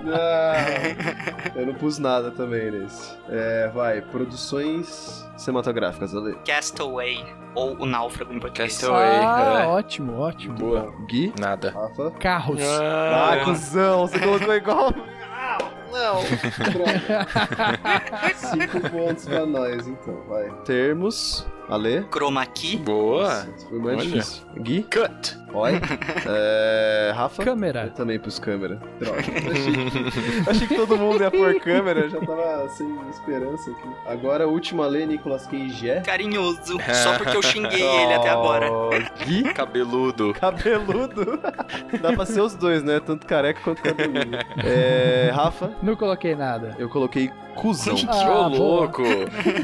Não, Ah, eu não pus nada também nesse. É, vai, produções cinematográficas, Ale. Castaway. Ou o Náufrago em português. Castaway. Ah, é. ótimo, ótimo. Boa. Gui, Nada. Rafa. Carros. Ah, cuzão, você colocou igual. Ah, Não, droga. Cinco pontos pra nós, então, vai. Termos, Ale. Chroma Key. Boa. Nossa, Foi mais Olha. difícil. Gui, Cut. Oi. É, Rafa. Eu Câmera. também pus câmera. Droga. Achei que, achei que todo mundo ia pôr câmera, eu já tava sem esperança aqui. Agora, última lei, Nicolas Cage é. Carinhoso. Só porque eu xinguei ele até agora. Oh, Gui, Cabeludo. cabeludo. Dá pra ser os dois, né? Tanto careca quanto cabeludo. É, Rafa, Não coloquei nada. eu coloquei cuzão. Ah, Ô, boa. louco.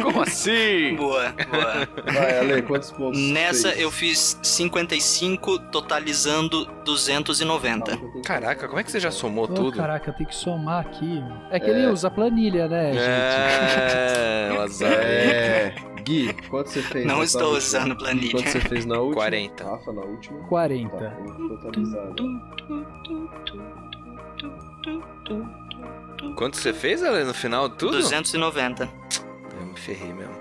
Como assim? Boa, boa. Vai, Ale, quantos pontos? Nessa fez? eu fiz 55, totalizando 290. Caraca, como é que você já somou Ô, tudo? caraca, tem que somar aqui. É que ele usa planilha, né, gente? É, Lazar. É. Gui, quanto você fez? Não na estou última? usando planilha. Quanto você fez na última? 40. Rafa, na última? 40. Tá, vamos totalizar. Quanto você fez, Ale, no final de tudo? 290. Eu me ferrei mesmo.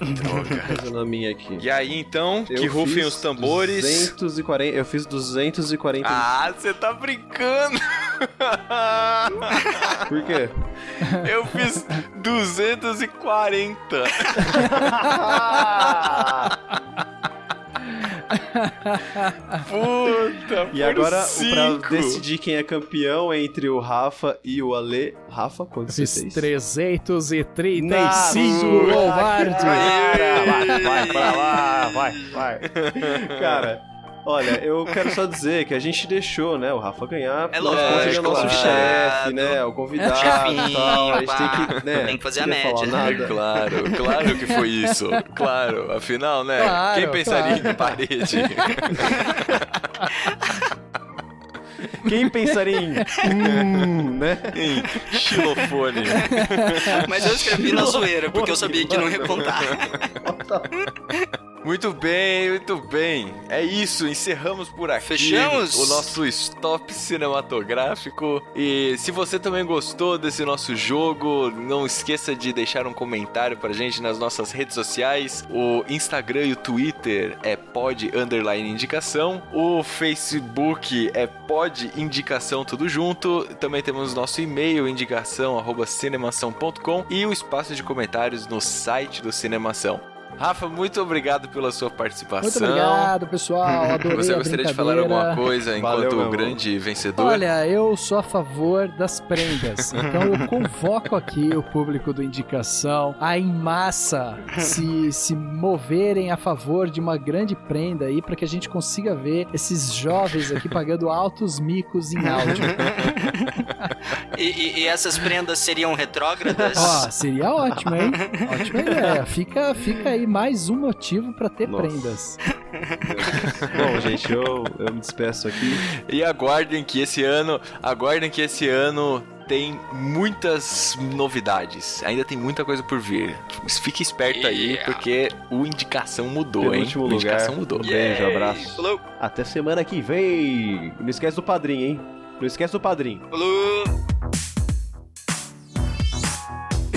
Droga. Fazendo a minha aqui. E aí, então, Eu que rufem fiz os tambores. 240, eu fiz 240. Ah, você tá brincando! Por quê? Eu fiz 240. Ah! Puta, E agora, pra cinco. decidir quem é campeão entre o Rafa e o Ale. Rafa, quanto Eu você Fiz fez? 335, Nossa, covarde. Cara, vai, vai pra lá, vai, vai. Cara, olha, eu quero só dizer que a gente deixou, né, o Rafa ganhar. É afinal de lógico, contas, ele é o nosso claro. chefe, né, o convidado e Chefinho, tal. A gente pá. tem que, né, Tem que fazer a não queria média. falar É nada. claro, claro que foi isso. Claro, afinal, né? Claro, Quem pensaria claro. em parede? Quem pensaria em... hum, né? em xilofone? Mas eu escrevi na zoeira, porque eu sabia que não ia contar. Muito bem, muito bem. É isso, encerramos por aqui Fechamos? o nosso stop cinematográfico. E se você também gostou desse nosso jogo, não esqueça de deixar um comentário pra gente nas nossas redes sociais. O Instagram e o Twitter é pod underline indicação. O Facebook é pod indicação tudo junto. Também temos nosso e-mail indicação arroba cinemação.com e o espaço de comentários no site do Cinemação. Rafa, muito obrigado pela sua participação. Muito obrigado, pessoal. Adorei Você a gostaria de brincadeira. falar alguma coisa Valeu, enquanto meu o amor. grande vencedor? Olha, eu sou a favor das prendas. Então eu convoco aqui o público do Indicação a em massa se, se moverem a favor de uma grande prenda aí para que a gente consiga ver esses jovens aqui pagando altos micos em áudio. E, e- e essas prendas seriam retrógradas? Ó, seria ótimo, hein? Ótima ideia. Fica, fica aí mais um motivo para ter Nossa. prendas. Bom, gente, eu, eu me despeço aqui. E aguardem que esse ano, aguardem que esse ano tem muitas novidades. Ainda tem muita coisa por vir. Fique esperto aí, Yeah. porque o indicação mudou, Penúltimo hein? lugar. O indicação mudou. Yeah. Beijo, abraço. Falou. Até semana que vem. Não esquece do padrinho, hein? Não esquece do padrinho. Falou.